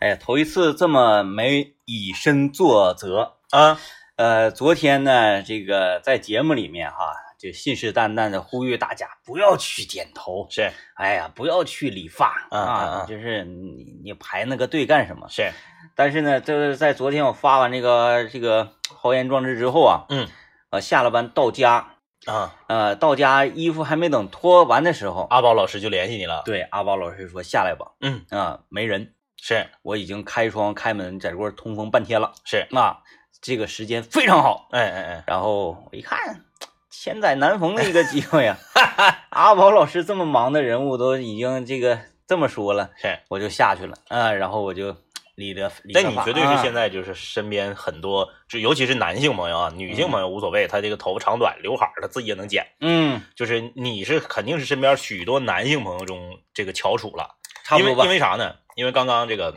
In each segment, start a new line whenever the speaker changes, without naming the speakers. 哎，头一次这么没以身作则。
啊，
呃，昨天呢，这个在节目里面哈，就信誓旦旦的呼吁大家不要去剪头，
是
哎呀，不要去理发
嗯嗯
啊，
嗯
就是你你排那个队干什么？
是，
但是呢，就是在昨天我发完这个这个豪言壮志之后啊，
嗯
呃，下了班到家，
啊，
呃，到家衣服还没等脱完的时候，
阿宝老师就联系你了。
对阿宝老师说下来吧，
嗯，
啊、没人，
是
我已经开窗开门在这块儿通风半天了，
是，
啊，这个时间非常好。
哎哎哎，
然后我一看，千载难逢的一个机会 呀、阿宝老师这么忙的人物都已经这个这么说了，
是。
我就下去了啊、然后我就理了理了
但你
发
绝对是
啊
现在就是身边很多，就尤其是男性朋友啊，女性朋友无所谓，他这个头发长短、刘海儿他自己也能剪。
嗯，
就是你是肯定是身边许多男性朋友中这个翘楚了，
差不
因为
多吧
因，为啥呢？因为刚刚这个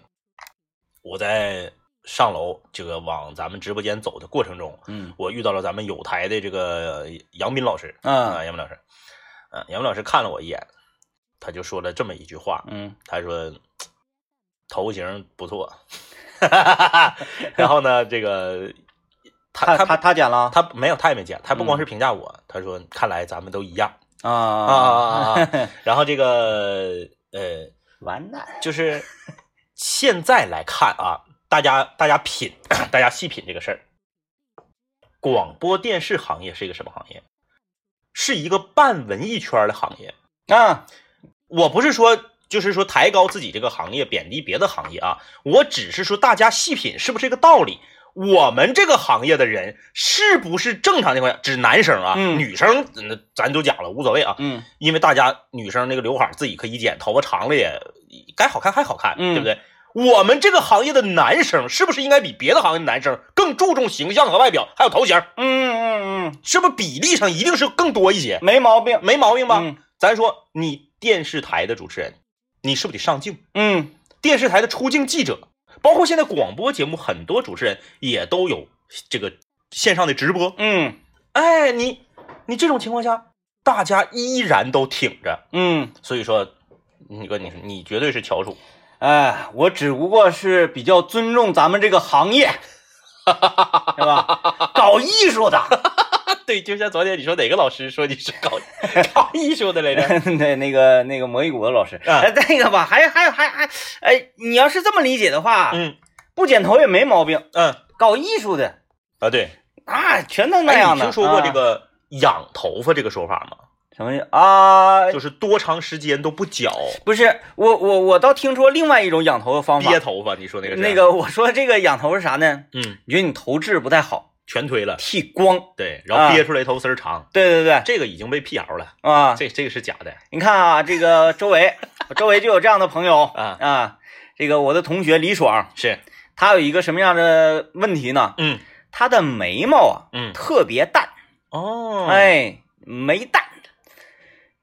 我在上楼这个往咱们直播间走的过程中，
嗯
我遇到了咱们有台的这个杨斌老师
啊
啊，杨斌老师，啊，杨斌老师看了我一眼，他就说了这么一句话，
嗯
他说头型不错， 然后呢，这个
他
他
他他讲了
他没有，他也没见，他不光是评价我，他说看来咱们都一样
啊
啊
啊，
啊啊啊！然后这个呃，
完蛋，
就是现在来看啊，大家大家品， 大家细品这个事儿，广播电视行业是一个什么行业？是一个半文艺圈的行业。
啊
我不是说。就是说抬高自己这个行业，贬低别的行业啊！我只是说大家细品是不是这个道理。我们这个行业的人是不是正常情况下，指男生啊，
嗯
女生那咱都讲了无所谓啊，
嗯
因为大家女生那个刘海儿自己可以剪，头发长了也该好看还好看，
嗯
对不对？我们这个行业的男生是不是应该比别的行业的男生更注重形象和外表，还有头型？
嗯嗯嗯，
是不是比例上一定是更多一些？
没毛病，
没毛病吧？
嗯
咱说你电视台的主持人，你是不是得上镜？
嗯
电视台的出镜记者，包括现在广播节目很多主持人也都有这个线上的直播。
嗯
哎，你你这种情况下，大家依然都挺着。
嗯，
所以说，你哥，你你绝对是翘楚，
哎，我只不过是比较尊重咱们这个行 业，是吧？搞艺术的。
对，就像昨天你说哪个老师说你是搞搞艺术的来着？
对，那个那个魔芋骨的老师，
啊
哎，那个吧，还还还还，哎，你要是这么理解的话，
嗯
不剪头也没毛病。
嗯
搞艺术的
啊，对，
啊，全都那
哎，
样
你
的。
听说过这
啊、
个养头发这个说法吗？
什么啊？
就是多长时间都不绞，
不是，我我我倒听说另外一种养头的方法
憋。头发，你说那个是
那，个，我说这个养头是啥呢？
嗯，
你觉得你头质不太好，
全推了，
剃光。
对，然后憋出来头丝儿长，
对对对，
这个已经被辟谣了，
啊，
这这个是假的，
你看啊，这个周 围，我周围就有这样的朋友
啊
啊。这个我的同学李爽，
是，
他有一个什么样的问题呢？
嗯
他的眉毛啊，
嗯，
特别淡，
哦，，
哎，眉淡，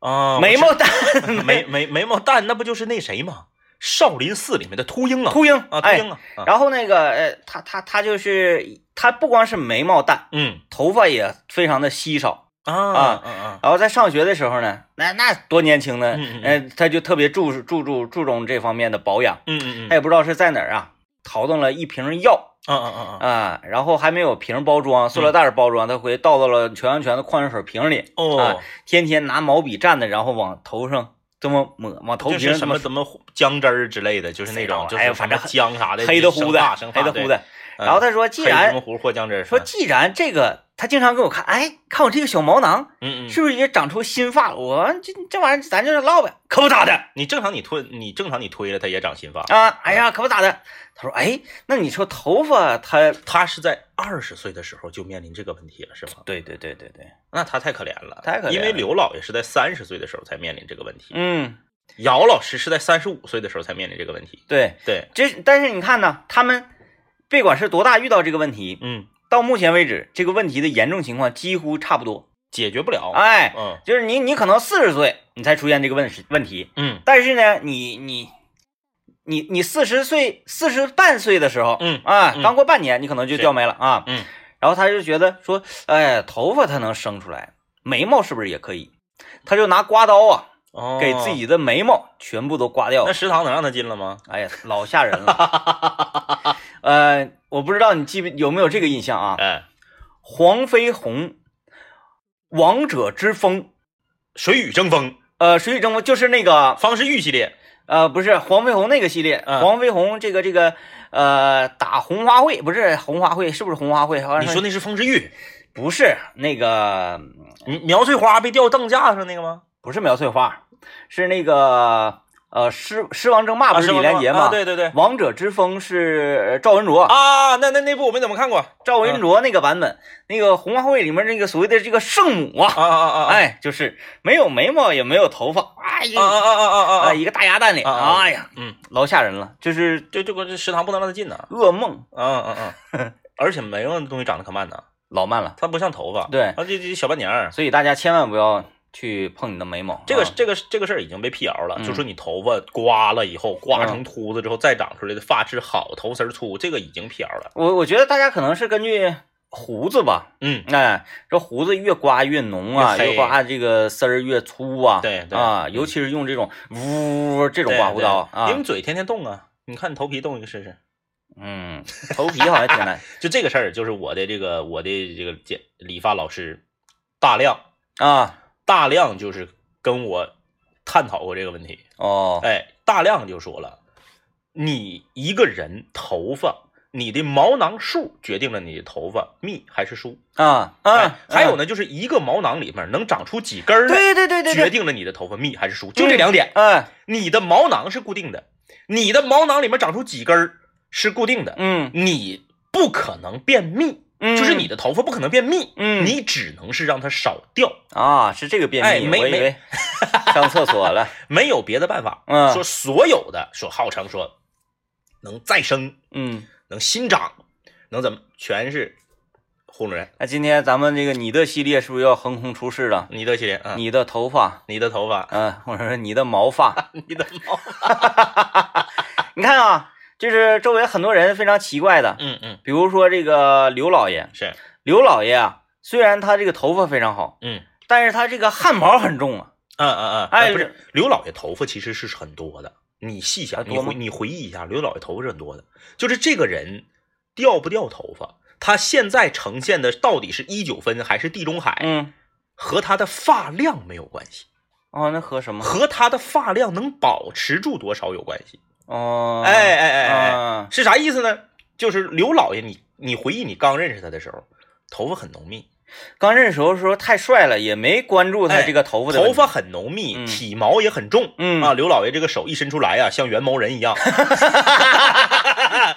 哦，
眉毛淡，
眉眉眉毛淡，那不就是那谁吗？少林寺里面的秃鹰啊，
秃鹰
啊，秃
哎
鹰啊，啊
然后那个呃，他他他就是他不光是眉毛淡，
嗯
头发也非常的稀少。
啊
啊
啊啊，
然后在上学的时候呢，那那多年轻呢
嗯嗯，嗯
呃，他就特别注注注注重这方面的保养。
嗯嗯嗯
他，也不知道是在哪儿啊，淘到了一瓶药
啊啊啊啊！
啊，然后还没有瓶包装，塑料袋包装，他回倒到了泉阳泉的矿泉水瓶里，
哦
啊，天天拿毛笔蘸的，然后往头上这么抹，往头
就
皮
是
上
什
这
么
么
什么姜汁儿之类的，就是那种，就是
哎呀
什
反
么
正
姜啥的，
黑的乎的，
生
黑的乎的。然后他说，既
嗯黑什么
然
糊或姜汁儿，
说既然这个，他经常给我看，哎，看我这个小毛囊
嗯嗯，
是不是也长出新发了？我说这这玩意儿咱就是唠呗，可不咋的
你正常你推你正常你推了，它也长新发。
啊！哎呀，可不咋的。他说，哎，那你说头发它，
他是在二十岁的时候就面临这个问题了，是吗？
对对对对对，
那他太可怜了，
太可怜了
因为刘老爷是在三十岁的时候才面临这个问题，
嗯，
姚老师是在三十五岁的时候才面临这个问题。
对，
对，
这但是你看呢，他们别管是多大遇到这个问题，
嗯，
到目前为止这个问题的严重情况几乎差不多。
解决不了。
哎，
嗯
就是你你可能四十岁你才出现这个问问题，
嗯
但是呢，你你你你四十岁四十半岁的时候，
嗯
啊
嗯，
刚过半年，你可能就是掉没了啊。
嗯
然后他就觉得说，哎，头发它能生出来，眉毛是不是也可以？他就拿刮刀啊，
哦
给自己的眉毛全部都刮掉
那
了。
食堂能让他进了吗？
哎呀，老吓人了。 呃，我不知道你记不有没有这个印象啊？
哎，
黄飞鸿，《王者之风》
水与争锋，
呃，水与争锋就是那个
方世玉系列
呃，不是黄飞鸿那个系列，
嗯
黄飞鸿这个这个呃，打红花会不是红花会，是不是红花会？好像
你说那是方世玉，
不是那个
你苗翠花被吊凳架上那个吗？
不是苗翠花，是那个呃狮狮王争霸不
啊，
是
是
李
吗
连杰吗？
啊对对对，
王者之风是赵文卓，
啊，那那那部我没怎么看过啊
赵文卓那个版本，那个红花会里面那个所谓的这个圣母啊，
啊啊啊！
哎，就是没有眉毛也没有头发，啊一
啊
个
啊啊啊啊
啊
啊！
一个大鸭蛋脸，
啊啊
哎呀，
嗯，
老吓人了，就是
就就关这食堂不能让他进呐。
噩梦，
嗯嗯嗯，而且眉毛那东西长得可慢呐，
老慢了。
它不像头发，
对
它这这小半截儿。
所以大家千万不要去碰你的眉毛，
这个
啊
这个这个事儿已经被辟谣了，
嗯
就说你头发刮了以后，刮成秃子之后再长出来的发质好，头丝儿粗，这个已经辟谣了。
我我觉得大家可能是根据胡子吧，
嗯，
哎，这胡子越刮越浓啊，
越黑
越刮这个丝儿越粗啊，
对对
啊，
嗯
尤其是用这种呜这种刮胡刀
对对
啊
因，为嘴天天动啊，你看你头皮动一个试试。
嗯，头皮好像挺难
就这个事儿，就是我的这个我的这个剪理发老师大亮
啊，
大亮就是跟我探讨过这个问题。
哦，
哎，大亮就说了，你一个人头发，你的毛囊数决定了你的头发密还是疏。
啊
哎
啊，，
还有
呢，
呢，就是一个毛囊里面能长出几根儿来，
对对对对
决
对，
定了你的头发密还是疏，就这两点。
嗯
你的毛囊是固定的，你的毛囊里面长出几根儿是固定的，
嗯
你不可能变密，
嗯，
就是你的头发不可能变密，
嗯
你只能是让它少掉，
啊，是这个便秘，
哎没
我以
没
为 上厕所 了，
没有别的办法。
嗯
说所有的说号称说能再生、
嗯。
能新长、能怎么，全是糊弄人。
那今天咱们这个你的系列是不是要横空出世了？
你的鞋，嗯，
你的头发，
你的头发，
嗯、或者说你的毛发，
你的毛，
你看啊，就是周围很多人非常奇怪的，
嗯嗯，
比如说这个刘老爷，
是，
刘老爷啊，虽然他这个头发非常好，
嗯
但是他这个汗毛很重啊，
嗯嗯嗯，
哎
不是，刘老爷头发其实是很多的，你细想，你
多吗
回你回忆一下，刘老爷头发是很多的，就是这个人掉不掉头发，他现在呈现的到底是一九分还是地中海，
嗯，
和他的发量没有关系，
哦，那和什么？
和他的发量能保持住多少有关系。
哦，
哎哎哎哎哎，
啊
是啥意思呢？就是刘老爷你，你回忆你刚认识他的时候，头发很浓密，
刚认识时候说太帅了，也没关注他这个头发的问
哎头
题
发，很浓密，
嗯
体毛也很重。
嗯
啊，刘老爷这个手一伸出来啊，像元谋人一 样。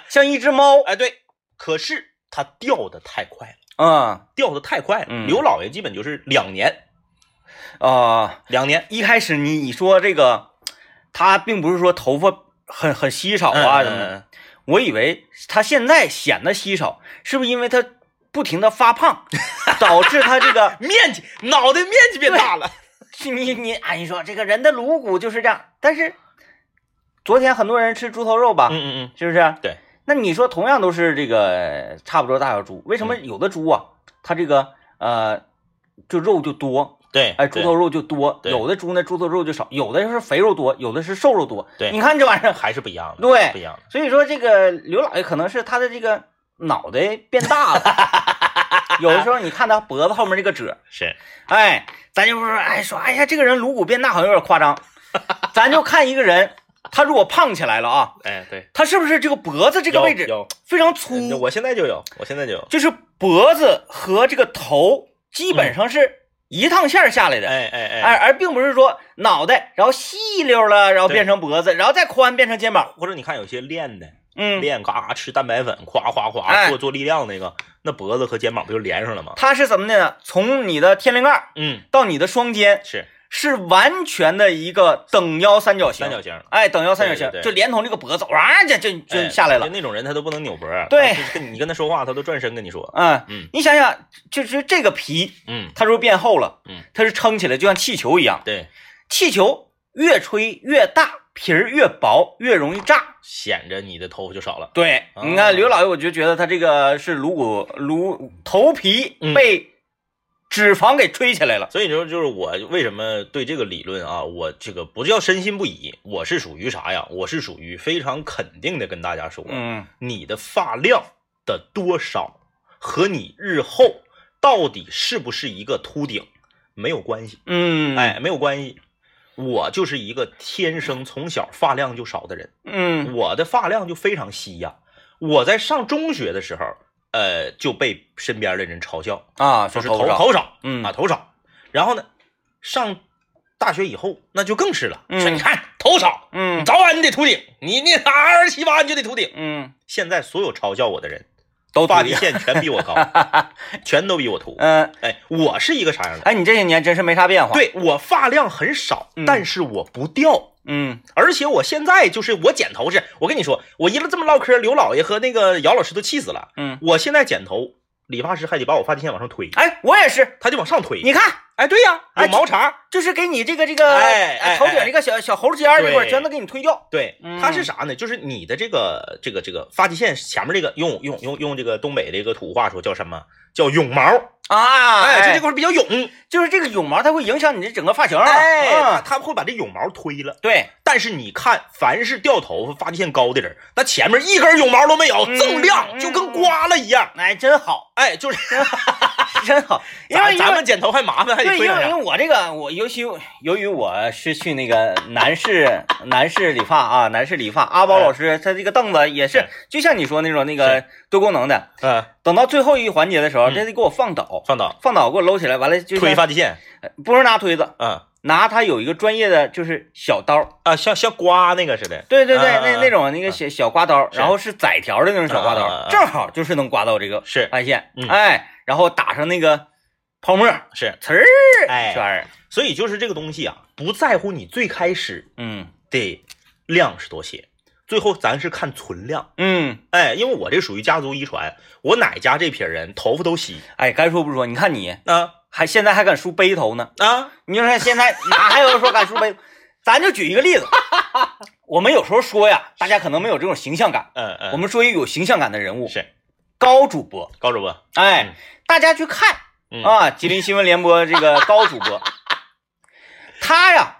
像一只猫，
哎，对，可是他掉的太快了，
嗯
掉的太快了。
嗯
刘老爷基本就是两年，
啊。
两年。
一开始你你说这个，他并不是说头发很很稀少啊
嗯
什么的，
嗯
我以为他现在显得稀少，是不是因为他不停的发 胖，导致他这个
嗯面积，脑袋面积变大了。
你你哎你说这个人的颅骨就是这样，但是昨天很多人吃猪头肉吧，
嗯嗯嗯，
是不是？
对。
那你说同样都是这个差不多大小猪，为什
嗯
么有的猪啊，它这个呃就肉就多，
对，
哎，猪头肉就多，
对
有的猪呢猪头肉就少，有的是肥肉多，有的是瘦肉多。
对
你看这玩意
对
儿，
还是不一样的，
对
不一样的。
所以说这个刘老爷可能是他的这个脑袋变大了， 有的时候你看他脖子后面这个褶，
是，
哎，咱就说哎说哎呀这个人颅骨变大好像有点夸 张，咱就看一个人他如果胖起来了啊，
哎，对，
他是不是这个脖子这
这
个位置
有，
非常
有
粗，
嗯我现在就有，我现在就有。
就是脖子和这个头基本上是一趟线儿下来的。
嗯哎哎哎，
而而并不是说脑袋，然后细溜了，然后
对
变成脖子，然后再宽变成肩膀。
或者你看有些练的，
嗯，
练嘎嘎吃蛋白粉，夸夸夸
哎
做做力量那个，那脖子和肩膀不就连上了吗？
它是怎么的呢？从你的天灵盖儿
嗯，
到你的双肩
是
是完全的一个等腰三角形。
三角形，
哎，等腰三角形，
对对对
就连同这个脖子，哇，就就就
哎
下来了。
就那种人他都不能扭脖儿，
对
他就是跟你跟他说话，他都转身跟你说，
嗯，
嗯
你想想，就是这个皮，
嗯，
它是不是变厚了？
嗯，
它是撑起来，就像气球一样。
对，
气球越吹越大，皮儿越薄，越容易炸。哦
显着你的头发就少了。
对，
啊
你看刘老爷，我就觉得他这个是颅骨颅头皮
嗯
被脂肪给吹起来了。
所以说，就是我为什么对这个理论啊，我这个不叫深信不疑，我是属于啥呀？我是属于非常肯定的跟大家说，
嗯，
你的发量的多少和你日后到底是不是一个秃顶没有关系，
嗯，
哎，没有关系。我就是一个天生从小发量就少的人，
嗯，
我的发量就非常稀呀。我在上中学的时候，呃，就被身边的人嘲笑，
啊，说
就是头
上，
头少，
嗯
啊头少。然后呢，上大学以后那就更是了，
嗯
说你看头少，
嗯
早晚你得秃顶，你你二十七八你就得秃顶。
嗯，
现在所有嘲笑我的人，
都
发
秃
际
顶
线全比我 高，全都比我秃。
嗯，
哎，我是一个啥样的？
哎，你这些年真是没啥变化。，
对我发量很少，但是我不掉。
嗯
而且我现在就是我剪头是，我跟你说，我一路这么唠嗑，刘老爷和那个姚老师都气死了。
嗯，
我现在剪头，理发师还得把我发际线往上推，
哎，我也是，
他就往上推。
你看，
哎，对呀、
哎
有毛茬。
就是给你这个这个，
哎哎
头顶这个小小猴尖儿这块儿
对
全都给你推掉。
对，
嗯
它是啥呢？就是你的这个这个这个发际线前面这个，用用用用这个东北这个土话说叫什么？叫绒毛。
啊，
哎，就这
个，
块儿比较绒。
就是这个绒毛，它会影响你的整个发型。
它
啊，
它会把这绒毛推了。
对，
但是你看，凡是掉头发、发际线高的人，那前面一根绒毛都没有，
嗯
锃亮，
嗯
就跟刮了一样。
哎，真 好，
哎，就是
真好，因
咱
为
咱
因为
们剪头还麻烦，还得
对，
推
因
两
为
下
因。为我这个，我尤其由于我是去那个男士男士理发啊，男士理发，阿包老师他这个凳子也是
哎，
就像你说那种那个
是
多功能的，
嗯，
等到最后一个环节的时候，
嗯
这得给我放倒，
放倒，
放倒给我搂起来，完了就像
推，发际线。
不是拿推子，
嗯
拿它有一个专业的就是小刀，
啊，像像刮那个似的。
对对对，
啊啊
那
啊
那种那个小小刮刀，
是
然后是窄条的那种小刮
啊啊啊
刀，
啊
正好就是能刮到这个
是
发线
嗯，
哎，然后打上那个泡沫，
是，
呲儿
哎
一圈儿，
所以就是这个东西啊，不在乎你最开始
嗯
的量是多些，最后咱是看存量。
嗯。
哎，因为我这属于家族遗传，我奶家这批人头发都稀
哎，该说不说，你看你
啊
还现在还敢梳背头呢？
啊，
你就说现在哪还有说敢梳背头？咱就举一个例子，我们有时候说呀，大家可能没有这种形象感，
嗯嗯，
我们说一个有形象感的人物，
是
高主播，
高主播，嗯
哎，大家去看
嗯
啊，吉林新闻联播这个高主播，他呀，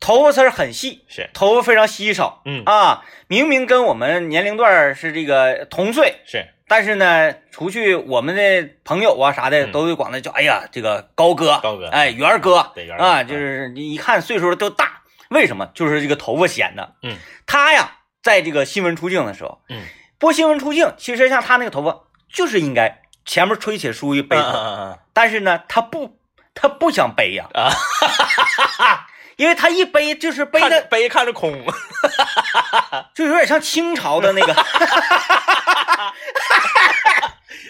头发丝儿很细，
是
头发非常稀少
嗯
啊，明明跟我们年龄段儿是这个同岁，
是
但是呢，除去我们的朋友啊啥的，
嗯
都得管他叫哎呀，这个高哥，
高哥
哎，元儿哥，
对元儿哥
啊，
嗯
就是你一看岁数都大，为什么？就是这个头发显的。
嗯，
他呀，在这个新闻出镜的时候，
嗯，
播新闻出镜，其实像他那个头发，就是应该前面吹起梳一背头，
啊
但是呢，他不，他不想背呀，
啊，
因为他一背就是背
看着
的，
背看着空，
就有点像清朝的那个，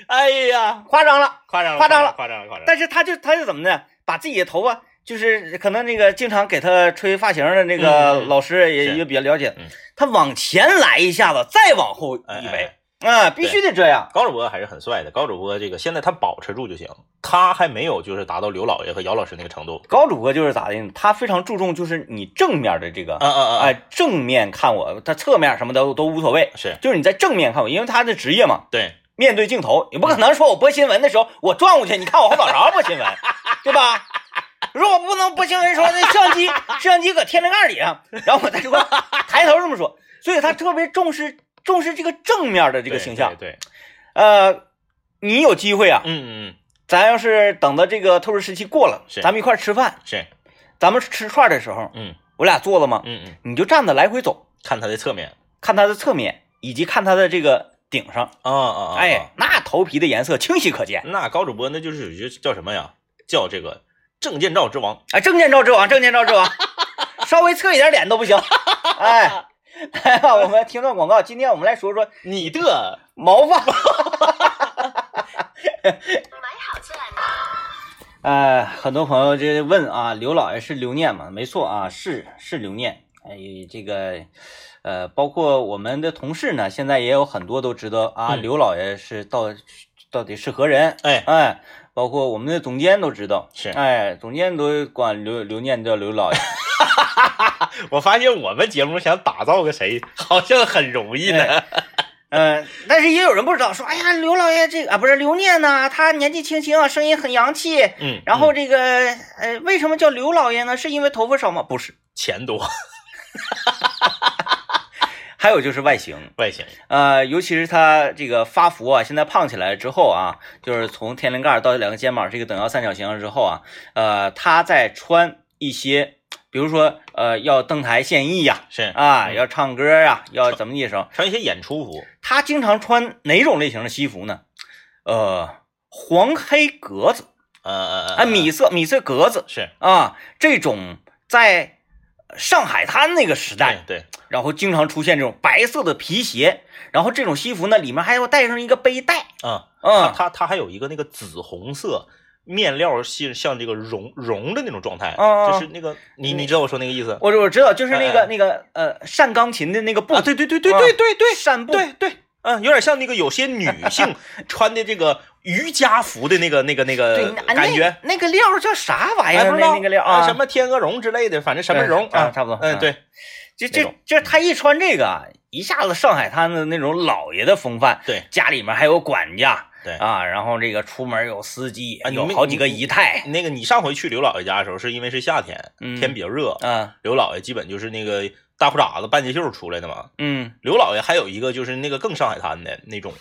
哎呀，
夸张了。
夸张了，
夸张了
夸张了，夸张了。
但是他就他就怎么呢？把自己的头发，就是可能那个经常给他吹发型的那个
嗯嗯嗯
老师也、
是
也比较了解，
嗯
他往前来一下子，再往后一
哎哎
围，啊，必须得这样。
高主播还是很帅的，高主播这个现在他保持住就行，他还没有就是达到刘老爷和姚老师那个程度。
高主播就是咋的呢？他非常注重就是你正面的这个，
啊啊
哎、，正面看我，他侧面什么的都无所谓，
是
就是你在正面看我，因为他的职业嘛，
对，
面对镜头，你不可能说我播新闻的时候我转过去，你看我后脑勺播新 闻，对吧？如果不能播新闻的时候，那摄像机 摄像机搁天灵盖里啊，然后我再说抬头这么说，所以他特别重视重视这个正面的这
这
个形象。
对，对
呃，你有机会啊，
嗯嗯
咱要是等到这个特殊时期过了
是，
咱们一块儿吃饭，
是，
咱们吃串的时候，
嗯
我俩坐了吗？
嗯嗯，
你就站着来回走，
看他的侧面，
看它的侧面以及看它的这个顶上，
啊啊啊，
哎，，那头皮的颜色清晰可见。
那高主播那就是属于叫什么呀？叫这个证件照之王，
啊，证件照之王，证件照之王，稍微侧一点脸都不行。哎，来吧，我们听段广告。今天我们来说说
你的
毛发。
买好最爱
呃，很多朋友这问啊，刘老爷是刘念吗？没错啊，是是刘念。哎，这个，呃，包括我们的同事呢，现在也有很多都知道啊，
嗯
刘老爷是到到底是何人？
哎
哎，包括我们的总监都知道，
是
哎，总监都管刘刘念叫刘老爷。
我发现我们节目想打造个谁，好像很容易呢。
哎 嗯、但是也有人不知道，说哎呀，刘老爷这个啊，不是刘念呐，他年纪轻轻啊，声音很洋气。
嗯，
然后
嗯
这个呃，为什么叫刘老爷呢？是因为头发少吗？不是，
钱多，
还有就是外形，
外形
呃，尤其是他这个发福啊，现在胖起来之后啊，就是从天灵盖儿到两个肩膀是一个等腰三角形之后啊，呃，他在穿一些，比如说呃，要登台献艺呀、
是
啊，
嗯
要唱歌啊，要怎么的时候，
穿一些演出服，
他经常穿哪种类型的西服呢？呃，黄黑格子
呃呃呃
啊，米色米色格子
是
啊，这种在上海滩那个时代，
哎对
然后经常出现这种白色的皮鞋，然后这种西服呢，里面还要带上一个背带，
对啊，它
嗯，
它它还有一个那个紫红色。面料是像这个绒绒的那种状态，
嗯嗯
就是那个你你知道我说那个意思？
我我知道，就是那个
哎哎
那个呃扇钢琴的那个布
啊，，对对对对
啊
对对对，
扇布，
对对，嗯，有点像那个有些女 性穿的这个瑜伽服的那个那个那
对
个，
啊
感觉，
那那个料儿叫啥玩意
哎，
儿
不
呢？
知道
那那个料儿
啊，
啊，
什么天鹅绒之类的，反正什么
对
绒
差
啊，
差不多
嗯，
嗯
对，
这
那
这
种
这他一穿这个啊，一下子上海滩的那种老爷的风范，
对
家里面还有管家，
对
啊，然后这个出门有司机，
啊你
有
们
好几个
你
姨太，
那个你上回去刘姥爷家的时候，是因为是夏天，
嗯
天比较热，
啊，
刘姥爷基本就是那个大裤衩子半截袖出来的嘛。
嗯，
刘姥爷还有一个就是那个更上海滩的那种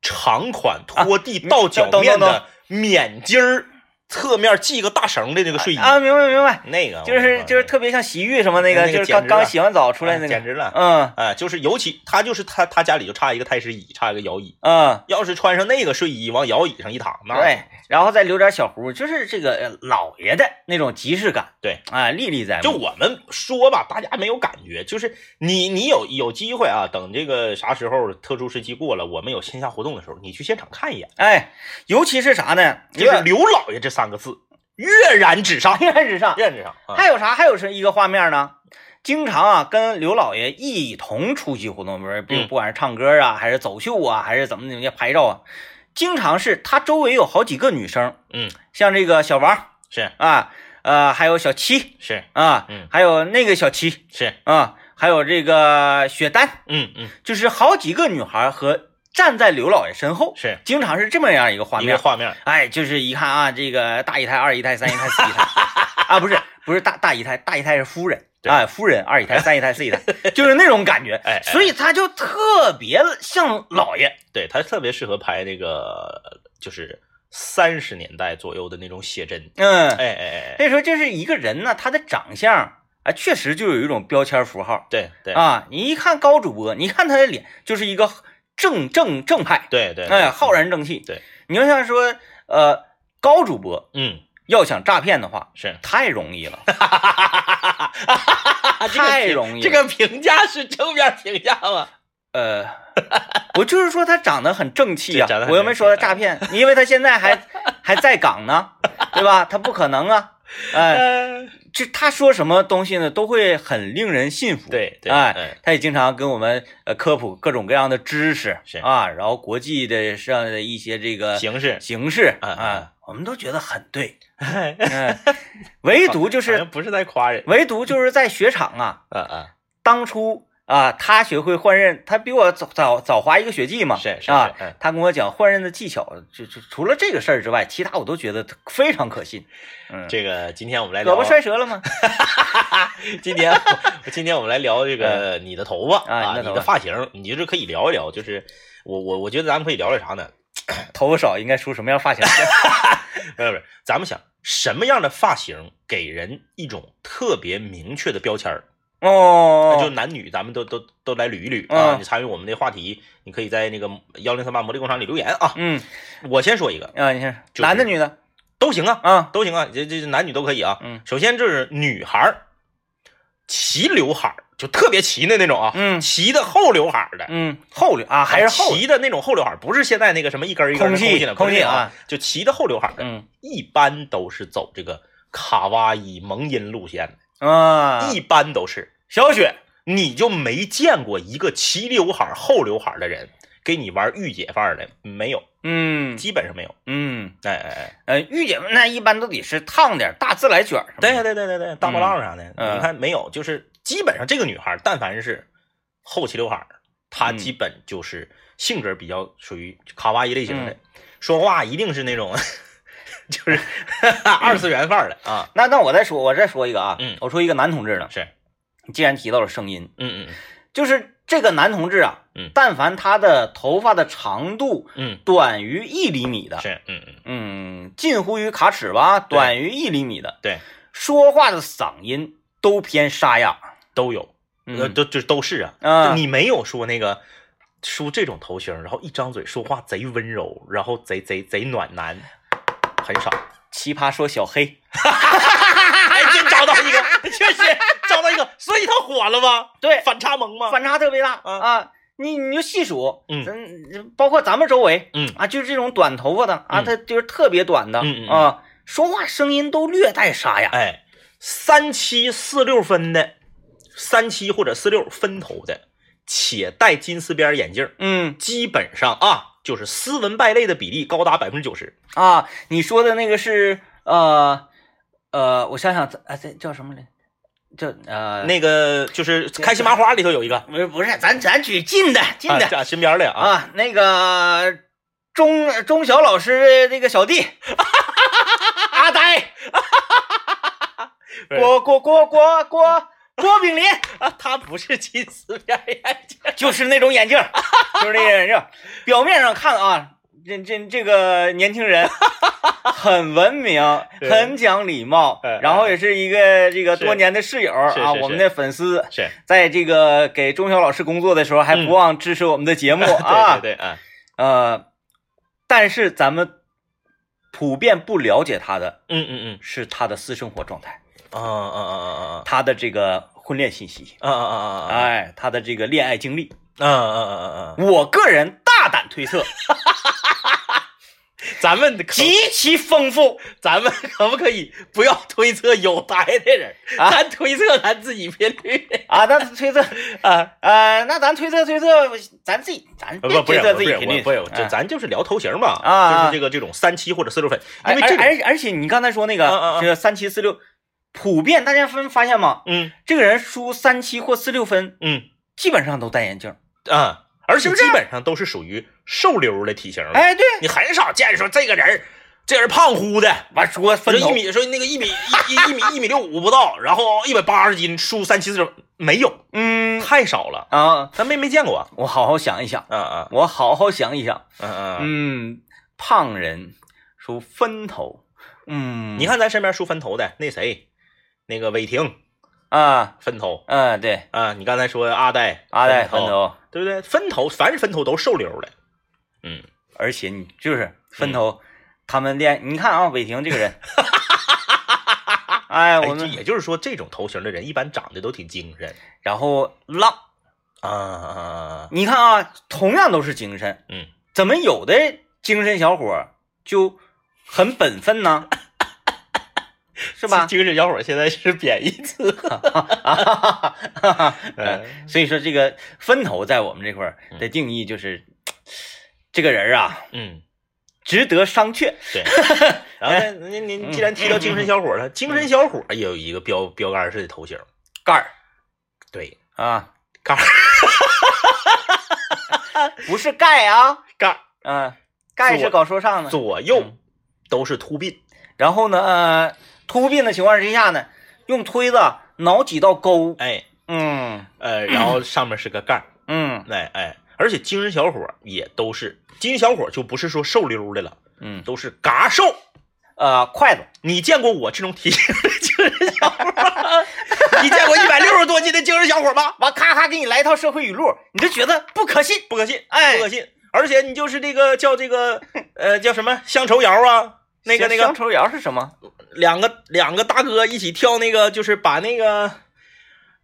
长款拖地到脚
啊等
面
等
的免襟儿，侧面系个大绳的那个睡衣，
啊，明白明白，
那个我
就是
跟你说
就是特别像洗浴什么那
那
个，
那个
就是
简
刚
直
刚
了
洗完澡出来那个
啊简，直了。
嗯
哎，就是尤其他就是他他家里就差一个太师椅，差一个摇椅。
嗯，
要是穿上那个睡衣，往摇椅上一躺，那
对，然后再留点小胡，就是这个呃老爷的那种即视感，
对
啊，历历在目，
就我们说吧，大家没有感觉，就是你你有有机会啊，等这个啥时候特殊时期过了，我们有线下活动的时候，你去现场看一眼，
哎，尤其是啥呢？
就是 “刘老爷”这三个字跃然纸上，
开始上，
跃然纸上啊！
还有啥？还有是一个画面呢？经常啊，跟刘老爷一同出席活动，比如比如
嗯
不管是唱歌啊，还是走秀啊，还是怎么怎么样拍照啊，经常是他周围有好几个女生，
嗯，
像这个小王
是
啊，呃，还有小七
是
啊，
嗯
还有那个小七
是，
啊，还有这个雪丹，
嗯嗯，
就是好几个女孩和站在刘老爷身后，
是
经常是这么样一个画
一
面
个。画面，
哎，就是一看啊，这个大姨太、二姨太、三姨太、四 姨太啊，不是不是大大姨太，大姨太是夫人
对
啊，夫人、二姨太、三姨太、四姨太，就是那种感觉。
哎哎
所以他就特别像老爷。
对他特别适合拍那个就是三十年代左右的那种写真，
嗯，
哎哎哎哎，
所以说就是一个人呢，他的长相啊，确实就有一种标签符号
对对
啊。你一看高主播，你一看他的脸，就是一个正正正派，
对对，
哎，浩然正气。
对，
你要像说呃高主播
嗯
要想诈骗的话，
是。
太容易了，
啊这个
太
评
容易
这个评价是正面评价吗？
呃，我就是说他长得很正气啊
对长得，很
我又没说他诈骗，因为他现在还还在岗呢，对吧？他不可能啊，哎、就他说什么东西呢，都会很令人信服。
对对，
哎，
嗯
他也经常跟我们呃科普各种各样的知识
是
啊，然后国际的上的一些这个
形式，
形式
嗯嗯
啊，我们都觉得很对，
哎
嗯，唯独就
好
是
像不是在夸人，
唯独就是在雪场啊，
嗯嗯，
当初啊，他学会换刃，他比我早早早滑一个雪季嘛，
是是是
啊
嗯，
他跟我讲换刃的技巧，就就除了这个事儿之外，其他我都觉得非常可信。嗯，
这个哦今天我们来聊
胳，膊摔折了吗？
今天今天我们来聊这个你的头发
啊你的
你
头
的
发
发型，你就是可以聊一聊，就是我我我觉得咱们可以聊聊啥呢？
头发少应该梳什么样 发型？
不是不是，咱们想什么样的发型给人一种特别明确的标签儿？那就
哦，
男女咱们都都都来捋一捋啊！
嗯
你参与我们的话题，你可以在那个幺零三八魔力工厂里留言啊。
嗯
我先说一个，
啊，你看
就是
男的女的
都行啊，
啊，
都行啊，这这这男女都可以啊。
嗯
首先就是女孩儿，齐刘海儿就特别齐的那种啊，
嗯
齐的后刘海儿的，
嗯，后流啊还是后流，
齐的那种后刘海儿，不是现在那个什么一根儿一根儿
空
的
气
空气了，不是
空气
那种
啊，
就齐的后刘海儿的，
嗯
一般都是走这个卡哇伊萌音路线的，
啊，
一般都是。
小雪
你就没见过一个齐刘海儿后刘海儿的人给你玩御姐范儿的，没有，
嗯
基本上没有。
嗯，
哎哎哎，
呃，御姐那一般都得是烫点儿大自来卷儿什么的，
对对对对对，大波浪啥的，
嗯
你看没有？就是基本上这个女孩儿，但凡是后齐刘海儿他
嗯
基本就是性格比较属于卡哇伊类型的，
嗯
说话一定是那种 就是 二次元范儿的啊。
那那我再说，我再说一个啊，
嗯
我说一个男同志了。
是，
你既然提到了声音，
嗯嗯
就是这个男同志啊，
嗯
但凡他的头发的长度
嗯，
短于一厘米的
嗯，是，嗯嗯
嗯，近乎于卡尺吧，短于一厘米的，
对，
说话的嗓音都偏沙哑。
都有，呃，
嗯，
都就都是啊。
啊
就你没有说那个梳这种头型，然后一张嘴说话贼温柔，然后贼贼贼暖男，很 少。
奇葩说小黑，
哎，真找到一个，确实找到一个，所以他火了吗？
对，
反差萌吗？
反差特别大
啊
啊！你你就细数，
嗯
咱，包括咱们周围，
嗯
啊，就是这种短头发的啊，
嗯
他就是特别短的
嗯嗯嗯
啊，说话声音都略带沙哑。
哎，三七四六分的，三七或者四六分头的，且戴金丝边眼镜，
嗯
基本上啊，就是斯文败类的比例高达百分之九十。
啊，你说的那个是呃呃，我想想，哎，这叫什么来？叫呃，
那个就是《开心麻花》里头有一个，
不是不是，咱咱举近的近
啊
的
这身边的啊，
啊，那个钟钟晓老师的那个小弟阿 呆，
不是
郭郭郭郭郭郭炳林，
啊他不是金丝边眼镜，
就是那种眼镜儿，就是那个眼镜儿，表面上看啊。这这这个年轻 人很文明，
对
很讲礼貌
哎哎，
然后也是一个这个
是
多年的室友
是
啊，
是
我们
是
的粉丝，
是
在这个给钟晓老师工作的时候，还
嗯
不忘支持我们的节目啊。
对对对，啊，
呃，但是咱们普遍不了解他的
嗯嗯嗯，
是他的私生活状态，
啊啊啊啊啊啊。
他的这个婚恋信息，
啊啊啊啊！
哎，他的这个恋爱经历。
嗯嗯嗯嗯嗯，
我个人大胆推测，
咱们可
极其丰富。
咱们可不可以不要推测有台的人，
啊
咱推测咱自己频率
啊，那推测，
啊？
呃，那咱推测推测，咱自己，咱
不
别
不不
推
是
测
不
自己
是
频率，
不是，这
哎
咱就是聊头型嘛，
啊啊
就是这个这种三七或者四六分，因
而
为这
而
个
哎而而且你刚才说那
嗯嗯
个
嗯
这个三七四六，普遍大家分发现吗？
嗯
这个人输三七或四六分，
嗯
基本上都戴眼镜。
啊，而且
是不是
基本上都是属于瘦溜的体型，，
哎，对，
你很少见说这个人儿这人胖乎的。
完说
说
分
一
头
米，说那个一米一一一米一米六五不到，然后一百八十斤，输三七四六没有，
嗯
太少了，
啊，
咱没没见过。
我好好想一想，
啊啊
我好好想一想。
嗯嗯嗯，
嗯，胖人属分头，嗯，
你看咱身边梳分头的那谁，那个韦霆
啊，
分头
嗯、对，
啊，你刚才说阿呆，
阿呆分
头，
头，
对不对？分头，凡是分头都瘦溜的。嗯，
而且你就是分头，他们练，你看啊，伟霆这个 人，哎，
哎
我
这
们
也就是说，这种头型的人一般长得都挺精神
然后浪，
啊啊啊啊！
你看啊，同样都是精神，
嗯，
怎么有的精神小伙儿就很本分 呢？是
是
吧？
精神小伙现在是贬义词。
啊，哈哈
嗯
所以说这个分头在我们这块儿的定义就是，这个人啊
嗯，
值得商榷。
对。然后呢，您您既然提到精神小伙了，精神小伙也有一个标标杆式的头型，
盖儿
对，
啊，
盖儿
不是盖啊，
盖儿
嗯、盖是搞说唱的。
左右
嗯
都是凸鬓。
然后呢，呃，突变的情况之下呢，用推子挠几道沟。
哎，
嗯
呃，然后上面是个盖儿，
嗯
哎哎，而且精神小伙儿也都是精神小伙，就不是说瘦溜儿的了，
嗯，
都是嘎瘦。
呃，筷子，
你见过我这种体型的精神小伙儿吗？你见过一百六十多斤的精神小伙儿吗？
完咔咔给你来一套社会语录，你就觉得不可信。
不可信，
哎
不可信。而且你就是这个叫这个呃叫什么乡愁谣啊，那个那
乡
个
愁谣是什么？
两个两个大哥一起跳那个，就是把那个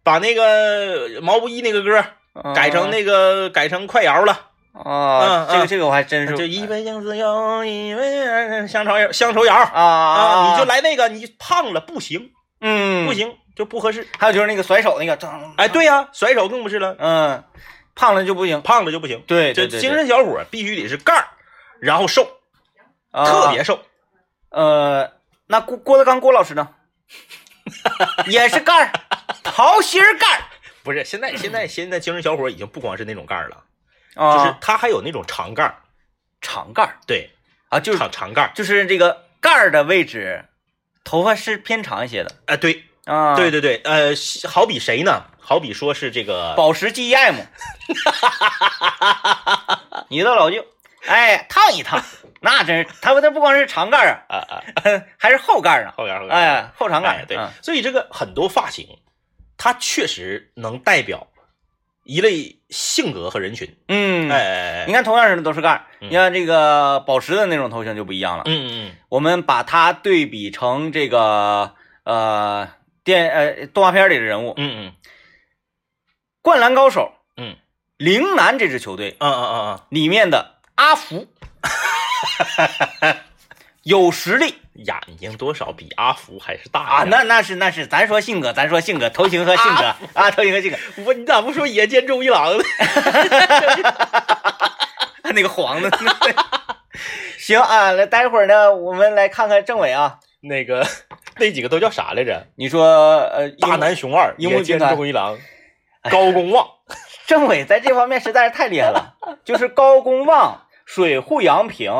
把那个毛不易那个歌儿嗯改成那个改成快谣了。
啊，
嗯
这个
嗯
这个我还真是
就一杯相思药，一杯乡愁谣，乡愁谣
啊啊，
啊，你就来那个，你胖了不行，
嗯，
不。行就不合适。
还有就是那个甩手那个，当
哎，，对呀，甩手更不是了，
嗯，胖了就不行。
胖了就不行。
对
这
对对，
精神小伙必须得是盖儿，然后瘦，
对
特
啊
别瘦。
呃，那 郭郭德纲郭老师呢？也是盖儿，桃心儿盖儿，
不是现在现在现在精神小伙已经不光是那种盖儿了，
啊，
就是它还有那种长盖儿，
长盖儿
对，
啊，就是
长长盖儿，
就是这个盖儿的位置，头发是偏长一些的
哎、对
啊。
对，对对，呃，好比谁呢？好比说是这个，
保时捷 GM，你的老舅，哎，烫一烫，那真是他他不光是长盖儿
啊啊，
啊，还是后盖儿啊，
后边后边，
哎，后长盖
哎
儿，
对
嗯，
所以这个很多发型，它确实能代表一类性格和人群，
嗯，
哎哎
你
哎，
看同样是都是盖儿，
嗯
你看这个宝石的那种头型就不一样了。
嗯嗯
我们把它对比成这个呃电呃动画片里的人物，
嗯嗯嗯
灌篮高手》
嗯
陵南这支球队
嗯嗯嗯，
里面的阿福，有实力
眼睛多少比阿福还是大
啊！
呀
那那是那是，咱说性格，咱说性格，头型和性格啊，头型和性格，
我你咋不说野间忠一郎呢？
啊那个黄的。 行啊，来，待会儿呢，我们来看看政委啊。
那个那几个都叫啥来着？
你说呃，
大南雄二、
樱木哎兵
野间
团
忠一郎、高公望，
政委在这方面实在是太厉害了，就是高公望、水户洋平，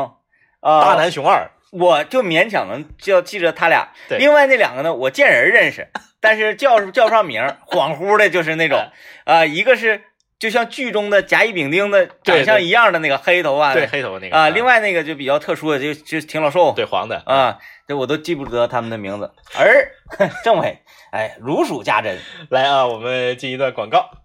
啊，
大南雄二，
我就勉强能叫记着他俩。
对
另外那两个呢，我见人认 识，但是叫叫不上名儿，恍惚的就是那种，啊、一个是就像剧中的甲乙丙丁的
对
长相
对
一样的那个黑头发
对
的，
黑头发那个
啊、另外那个就比较特殊的，就就挺老瘦，
对黄的，
啊、这我都记不得他们的名字。而 政委，哎，如数家珍。
来啊，我们进一段广告。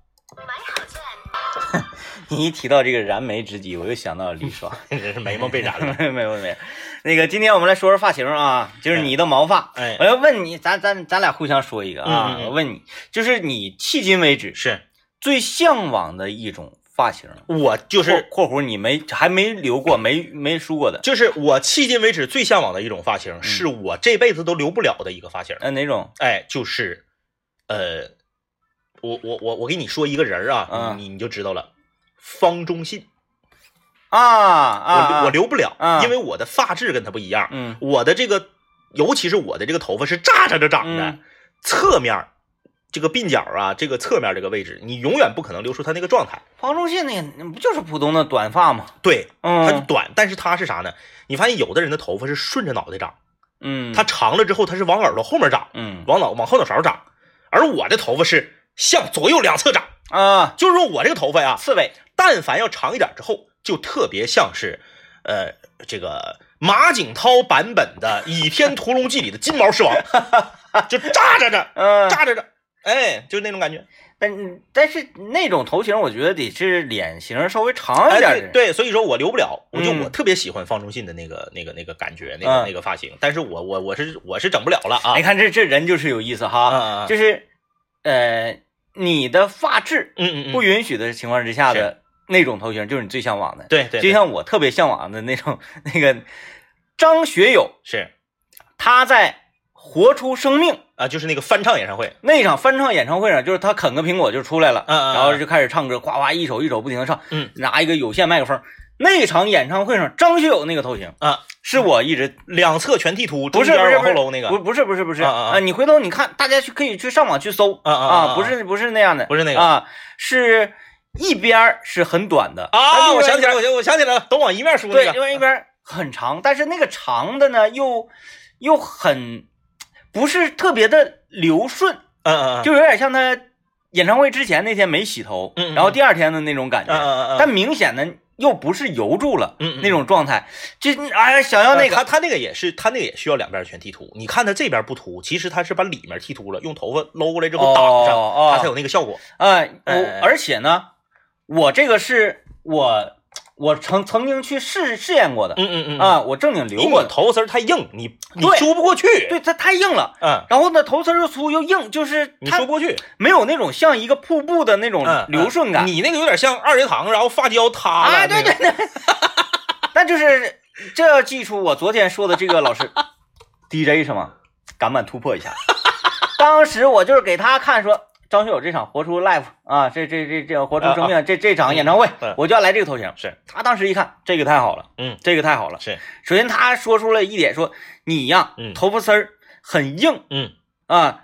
你一提到这个燃眉之急，我又想到李爽。
真是眉毛被染了。
没有没有没有，那个今天我们来说说发型啊，就是你的毛发。
哎
我，要问你，咱咱咱俩互相说一个啊，
嗯嗯嗯
我问你，就是你迄今为止
是
最向往的一种发型，
我就
就是括括弧你没还没留过，没没梳过的，
就是我迄今为止最向往的一种发
嗯
型，是我这辈子都留不了的一个发型。
呃哪种？
哎，就是，呃，我我我我给你说一个人儿啊，
嗯
你你就知道了。方中信，
啊
我
啊，
留我留不了
啊，
因为我的发质跟他不一样。
嗯
我的这个，尤其是我的这个头发是炸着着长的
嗯，
侧面儿这个鬓角啊，这个侧面这个位置，你永远不可能留出他那个状态。
方中信那个那不就是普通的短发吗？
对，它就
嗯
短，但是它是啥呢？你发现有的人的头发是顺着脑袋长，
嗯，
它长了之后它是往耳朵后面长，
嗯
往脑往后脑勺长，而我的头发是向左右两侧长，
啊
就是说我这个头发呀，
刺猬
但凡要长一点之后，就特别像是，呃，这个马景涛版本的《倚天屠龙记》里的金毛狮王，就扎着着，
嗯，
扎着着。哎，就是那种感觉，
但但是那种头型我觉得得是脸型稍微长一
哎，
点的
对
人，
对，所以说我留不了，我就
嗯
我特别喜欢方中信的那个那个那个感觉，那个
嗯
那个发型，但是我我我是我是整不了了啊
你，看这这人就是有意思
啊
哈，
啊，
就是呃你的发质
嗯嗯嗯，
不允许的情况之下的那种头型，就是你最向往的。
对
就
对，对
像我特别向往的那种那个张学友，
是
他在《活出生命》
啊，就是那个翻唱演唱会，
那场翻唱演唱会上，就是他啃个苹果就出来了，
嗯嗯嗯
然后就开始唱歌，夸夸一首一首不停的唱，
嗯，
拿一个有线麦克风。那场演唱会上，张学友那个头型
啊，
是我一直
两侧全剃秃，
不是
中
不
间
是
往后搂那个，
不不是不是不是
啊啊啊
你回头你看，大家去可以去上网去搜
啊啊啊啊
不是不是那样的，
不是那个
啊，是一边儿是很短的
啊，我想起来，
了，
我想我想起来了，都往一面梳那
对，另
个，
外一边儿很长，但是那个长的呢又又很不是特别的流顺，
嗯嗯嗯，
就有点像他演唱会之前那天没洗头，
嗯嗯嗯
然后第二天的那种感觉，
嗯嗯嗯，
但明显的又不是油住了、
嗯嗯
那种状态，就哎想要
呃
那个、
他他那个也是，他那个也需要两边全剃秃。你看他这边不秃，其实他是把里面剃秃了，用头发搂过来之后挡上，
哦哦
他才有那个效果。
哎，我
哎哎哎
而且呢，我这个是我我曾曾经去试试验过的
嗯嗯嗯，
啊，我正经留
如
过
果
的，
头丝儿太硬，你你
对
梳不过去。
对，它太硬了。
嗯，
然后呢，头丝儿又粗又硬，就是
你
它
梳不过去。
没有那种像一个瀑布的那种
嗯，
流顺感。
你那个有点像二阶堂，然后发胶塌了。
啊，对对，对，那就是这要记住我昨天说的这个老 师 DJ 是吗？敢不敢突破一下？当时我就是给他看说。张学友这场活出 live 啊，这这这这活出生命，这这场演唱会
嗯，
我就要来这个头型。
是
他当时一看，这个太好了，
嗯，
这个太好了。
是，
首先他说出了一点，说你呀，
嗯
头发丝儿很硬
嗯
啊，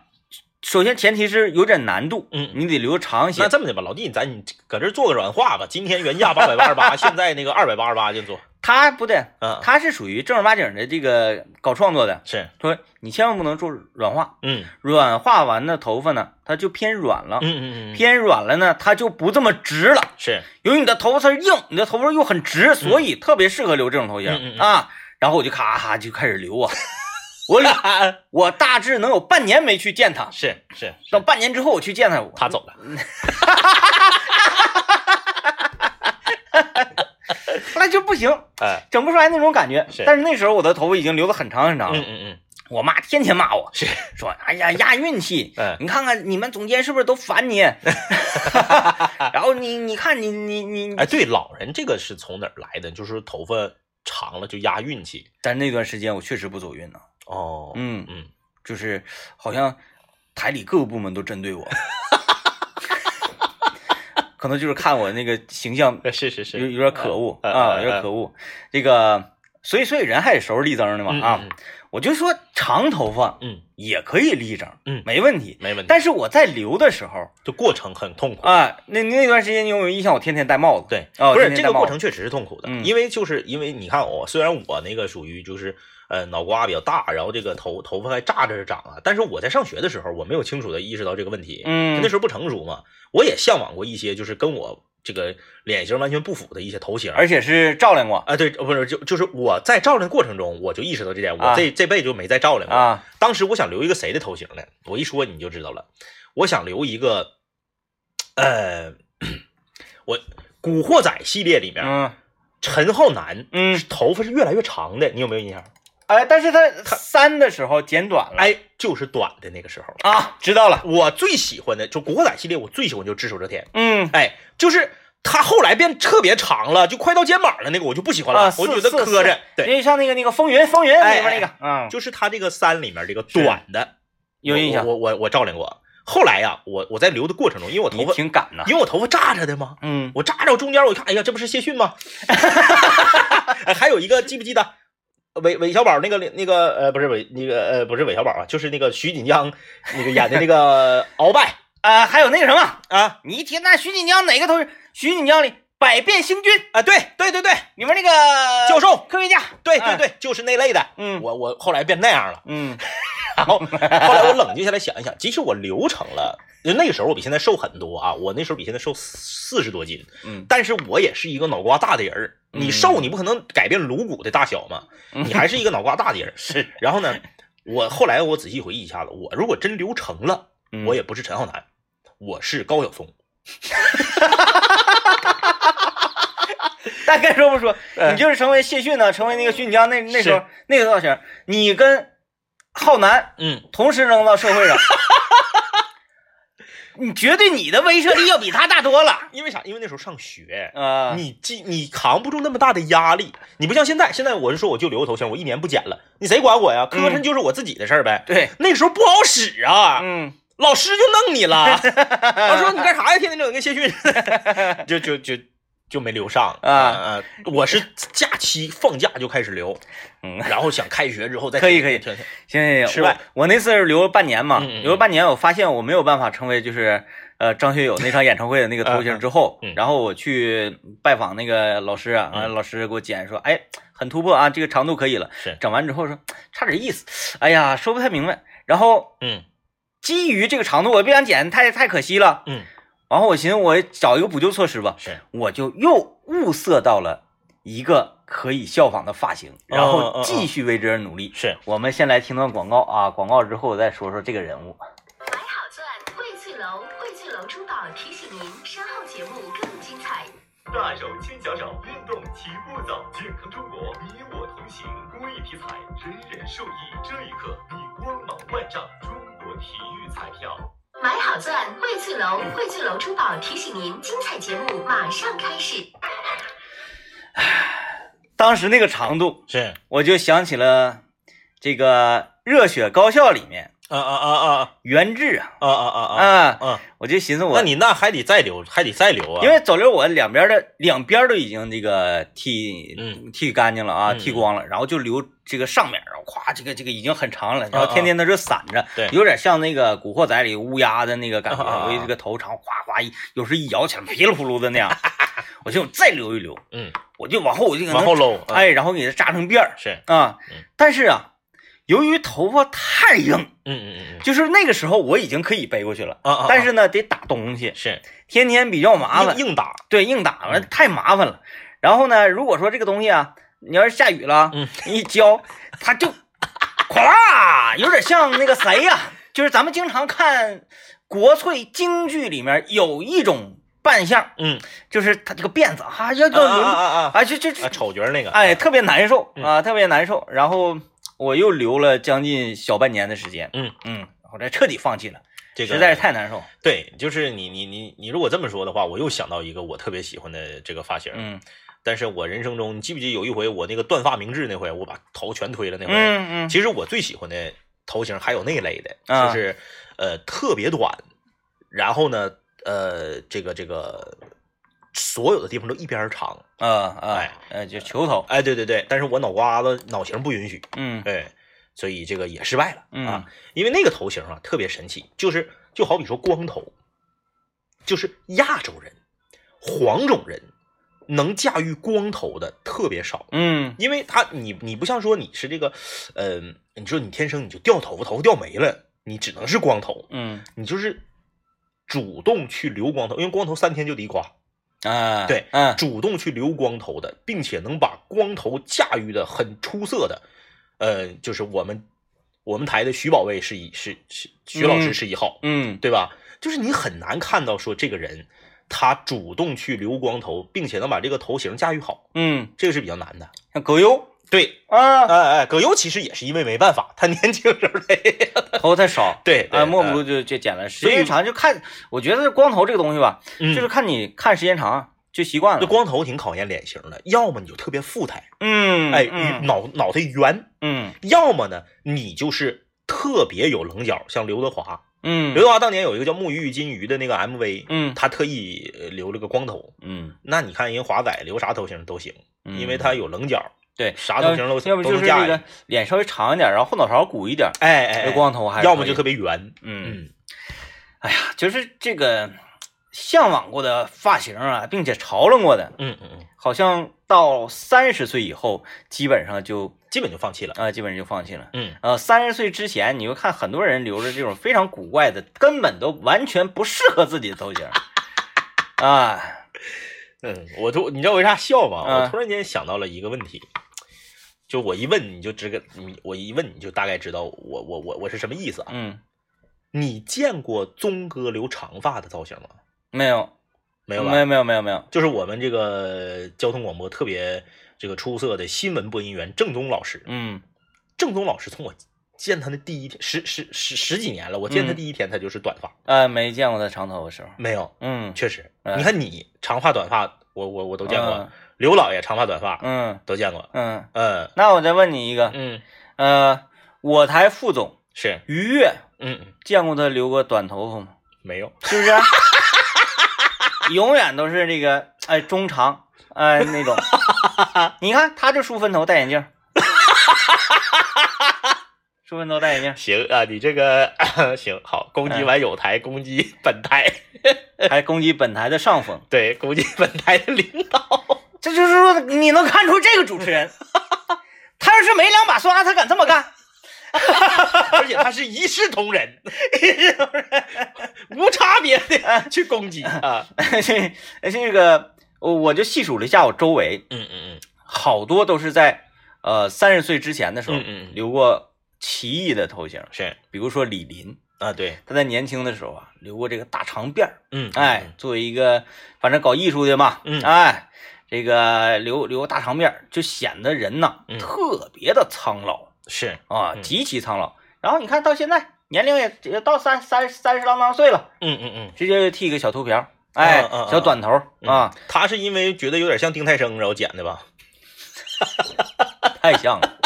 首先前提是有点难度，
嗯
你得留长
那
写。
这么的吧，老弟，咱你搁这儿做个软化吧。今天原价八百八 十八，现在那个二百八十八就做。
他不对，
嗯，
他是属于正儿八经的这个搞创作的，
是，
说你千万不能做软化，
嗯
软化完的头发呢，它就偏软了
嗯，嗯嗯嗯，
偏软了呢，它就不这么直了。
是，
由于你的头发丝儿硬，你的头发又很直，所以特别适合留这种头型、
嗯嗯嗯
啊。然后我就咔咔就开始留啊，我俩我大致能有半年没去见他，
是是，
等半年之后我去见他，我
他走了。
后来就不行，
哎，
整不出来那种感觉。
是
但是那时候我的头发已经留得很长很长了，
嗯嗯嗯，
我妈天天骂我，
是，
说哎呀压运 气，
嗯
你看看你们总监是不是都烦 你？ 然后你你看你你你，
哎，对，老人这个是从哪儿来的？就是头发长了就压运气。
但那段时间我确实不走运呢，
哦，
嗯，
嗯，
就是好像台里各个部门都针对 我，可能就是看我那个形象
哎 是是是，
嗯有有点可恶
嗯
啊，有点可恶。这个，所以所以人还得收拾立正的嘛
嗯
啊，，我就说长头发
嗯嗯，嗯
也可以立正，
嗯
没问题。
没问题。
但是我在留的时候
就过程很痛苦。
啊，那那段时间你有没有印象？我天天戴帽子，
对，
哦
不是
今天
这个
戴帽
过
子
程确实是痛苦的，
嗯
因为就是因为你看我，虽然我那个属于就是呃脑瓜比较大，然后这个头头发还炸着长啊，但是我在上学的时候，我没有清楚的意识到这个问题，
嗯
那时候不成熟嘛，我也向往过一些就是跟我这个脸型完全不符的一些头型，
而且是照亮过
啊对，呃不是就就是我在照亮过程中，我就意识到这点，
啊
我这、这辈子就没再照亮过。
啊，
当时我想留一个谁的头型呢？我一说你就知道了，我想留一个，呃， 我《古惑仔》系列里面、
嗯
陈浩南
嗯，
头发是越来越长的，你有没有印象？
哎，但是他三的时候剪短了，
哎，就是短的那个时候。
啊，知道了，
我最喜欢的就《古惑仔》系列，我最喜欢就是只手遮天，
嗯
哎，就是他后来变特别长了，就快到肩膀了那个，我就不喜欢了，
啊，
我
四
觉得
四
磕
四
碜。对，
因为像那个那个风云风云里
哎
边那个，嗯，
就是他这个三里面这个短的，
有印象
我我我我照亮过。后来呀、我我在留的过程中，因为我头
你啊
发
挺敢呐，
因为我头发炸着的吗？
嗯，
我炸着我中间，我一看，哎呀，这不是谢逊吗？ 哎，还有一个记不记得韦韦小宝那个那个呃不是韦那个呃不是韦小宝啊，就是那个徐锦江那个演的那个鳌拜
啊，还有那个什么，
啊
你一提那徐锦江哪个头是徐锦江里百变星君
啊对对对对
里面那个
教授
科学家，
对对对，就是那类的。
嗯
我我后来变那样了，
嗯
然后后来我冷静下来想一想，即使我流程了，那个时候我比现在瘦很多啊，我那时候比现在瘦四十多斤，
嗯，
但是我也是一个脑瓜大的人儿，
嗯
你瘦你不可能改变颅骨的大小嘛，你还是一个脑瓜大的人。是，然后呢，我后来我仔细回忆一下子，我如果真留成了，
嗯
我也不是陈浩南，我是高晓松。
大概说不说，
哎
你就是成为谢逊呢，成为那个徐锦江那那时候
是
那个造型，你跟浩南
嗯，
同时扔到社会 上，你绝对你的威慑力要比他大多了
因为啥？因为那时候上学。
啊，
你既你扛不住那么大的压力，你不像现在，现在我是说我就留个头型，我一年不剪了，你谁管我呀？磕碜就是我自己的事儿呗。
对，
那时候不好使啊，
嗯，
老师就弄你 了，他说你干啥呀？天天整跟谢逊似的， 就就就就没留上
啊
啊！我是假期放假就开始留，
嗯
然后想开学之后再
可以可以
停停
行行
吃
行，
吧
我我那次是留了半年嘛，
嗯嗯嗯
留了半年，我发现我没有办法成为就是呃张学友那场演唱会的那个头型之后，
嗯嗯
然后我去拜访那个老师啊，
嗯
然后老师给我剪说，哎，很突破啊，这个长度可以了。
是
整完之后说差点意思，哎呀，说不太明白。然后
嗯
基于这个长度，我也不想剪，太太可惜了。
嗯
然后我寻思我找一个补救措施吧，
是
我就又物色到了一个可以效仿的发型，然
嗯嗯
后
嗯
继续为之而努力。
是，
我们先来听段广告啊，广告之后我再说说这个人物。
买好钻，桂翠楼，桂翠楼珠宝提醒您，稍后节目更精彩。
大手牵小手，运动齐步走，健康中国，你我同行，公益体彩，人人受益。这一刻，你光芒万丈，中国体育彩票。
买好钻，桂翠楼，桂翠楼珠宝提醒您，精彩节目马上开始。
当时那个长度，
是
我就想起了这个《热血高校》里面
啊啊啊啊
原制啊
啊啊啊啊
啊！
啊！
我就寻思我
那，你那还得再留，还得再留啊，
因为走溜我两边的两边都已经这个剃
嗯
剃干净了啊，
嗯
剃光了，然后就留这个上面，然后咵，这个这个已经很长了，然
啊
后
啊
天天在这散着，
对
有点像那个《古惑仔》里乌鸦的那个感
啊啊啊
觉，我这个头长，哗哗一，有时一摇起来噼里呼噜的那 样，我就再留一留，
嗯，
我就往后我就给它
往后搂，嗯，
哎，然后给它扎成辫儿
是，
啊
嗯，
但是啊，由于头发太硬，
嗯嗯嗯嗯，
就是那个时候我已经可以背过去了，
啊啊，啊
但是呢得打东西，
是
天天比较麻烦，
硬硬打，
对，硬打完
嗯
太麻烦了。然后呢，如果说这个东西啊，你要是下雨了，
嗯
你一浇，它就哗啦，有点像那个谁呀、就是咱们经常看国粹京剧里面有一种扮相，
嗯，
就是他这个辫子啊，要
啊
要
啊
留，
啊啊
啊，就就
啊，丑角 那个，
哎，特别难受
嗯
啊，特别难受。然后我又留了将近小半年的时间，
嗯
嗯，后来彻底放弃了，
这个
实在是太难受。
对，就是你你你你如果这么说的话，我又想到一个我特别喜欢的这个发型，
嗯
但是我人生中，你记不记得有一回我那个断发明志那回，我把头全推了那回。
嗯嗯，
其实我最喜欢的头型还有那类的，
啊
就是呃特别短，然后呢呃这个这个所有的地方都一边儿长。
啊啊
哎，
呃，就球头，
哎，对对对，但是我脑瓜子脑型不允许，
嗯
哎，所以这个也失败了
嗯
啊。因为那个头型啊特别神奇，就是就好比说光头，就是亚洲人、黄种人能驾驭光头的特别少。
嗯
因为他你你不像说你是这个，嗯、你说你天生你就掉头发，头发掉没了，你只能是光头，
嗯
你就是主动去留光头，因为光头三天就得刮，
啊，
对
嗯
主动去留光头的，并且能把光头驾驭的很出色的，呃，就是我们我们台的徐宝卫是一是是徐老师
嗯
是一号，
嗯
对吧？就是你很难看到说这个人他主动去留光头，并且能把这个头型驾驭好，
嗯，
这个是比较难的。
像葛优
对，
啊，
哎哎，葛优其实也是因为没办法，他年轻时 候的
头太少。
对呃
啊，莫不
如
如就就剪了，时
所以
间长就看，我觉得光头这个东西吧，
就
就是看你看时间长啊就习惯
这
了。
嗯光头挺考验脸型的，要么你就特别富态，
嗯，
哎，
嗯
脑脑袋圆，
嗯
要么呢你就是特别有棱角，像刘德华。刘
嗯
德华当年有一个叫《沐浴金鱼》的那个 MV，
嗯
他特意呃留了个光头。
嗯，
那你看人华仔留啥头型都行，
嗯
因为他有棱角。
对
啥头型都
要要不就
都
是
能驾
那
驭
个脸稍微长一点，然后后脑勺鼓一点，
哎哎，
这
哎
光头还是
要么就
可
特
以
别圆。
嗯，
嗯，
哎呀，就是这个向往过的发型啊，并且潮浪过的，
嗯嗯嗯，
好像到三十岁以后，基本上就
基本就放弃了。
啊、基本上就放弃了。
嗯，
呃，三十岁之前，你会看很多人留着这种非常古怪的，根本都完全不适合自己的头型啊。
嗯，我突你知道为啥笑吗？
啊
我突然间想到了一个问题，就我一问你就知个，你我一问你就大概知道我我我我是什么意思啊？
嗯，
你见过宗哥留长发的造型吗？
没有，
没有吧？
没有，没有，没有，没有。
就是我们这个交通广播特别这个出色的新闻播音员郑东老师。
嗯
郑东老师从我见他的第一天，十十十十几年了，我见他
嗯
第一天他就是短发，
呃，没见过他长头发的时候。
没有，
嗯
确实。
嗯
你看你长发短发，我我我都见过
嗯，
刘老爷长发短发
嗯
都见过，
嗯。
嗯
那我再问你一个，
嗯
呃，我台副总
是，
于越
嗯嗯
见过他留过短头发吗？
没有，
是不 是啊、永远都是这个哎中长哎那种。你看他就梳分头戴眼镜儿，梳分头戴眼镜
行啊，你这个 行好，攻
嗯
击完有台，攻击本台，
儿，还攻击本台的上风。
对，攻击本台的领导，
这就是说，你能看出这个主持人，他要是没两把刷，他敢这么干。
而且他是一视同仁，一视同仁，无差别的去攻击啊，
这这个，我我就细数了一下我周围，
嗯嗯
好多都是在呃三十岁之前的时候
嗯嗯嗯
留过奇异的头型，
是
比如说李林，
啊，对，
他在年轻的时候啊留过这个大长辫儿，
嗯，
哎，作为一个反正搞艺术的嘛，
嗯
哎，这个留留大长辫儿就显得人呐、
嗯
特别的苍老
是，
啊，
嗯
极其苍老。然后你看到现在年龄也也到三三三十郎当岁了，
嗯嗯嗯。
直接剃个小秃瓢儿，哎，
嗯嗯
小短头儿
嗯
啊，，
他是因为觉得有点像丁太生，然后剪的吧？
太像了，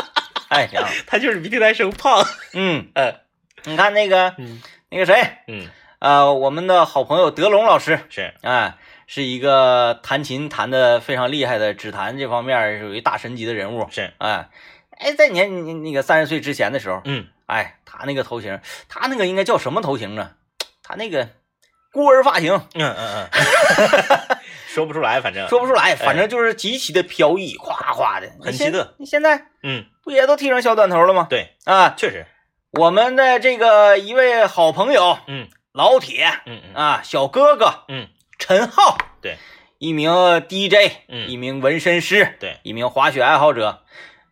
太像了，
他就是比丁太生胖。
嗯。
嗯
你看那个
嗯
那个谁，
嗯，
呃，我们的好朋友德龙老师，
是
哎，是一个弹琴弹的非常厉害的，指弹这方面属于大神级的人物，
是，
哎，哎，在你你那个三十岁之前的时候，
嗯，
哎，他那个头型，他那个应该叫什么头型啊？他那个孤儿发型，
嗯嗯嗯， 说不出来，反正
说不出来，反正就是极其的飘逸，夸夸的，
哎很
你现
奇特
你现在
嗯，
不也都剃成小短头了吗？
对，
啊，
确实，
我们的这个一位好朋友
嗯
老铁
嗯嗯
啊，小哥哥
嗯，
陈浩，
对，
一名 DJ，
嗯
一名纹身师，
对
一名滑雪爱好者。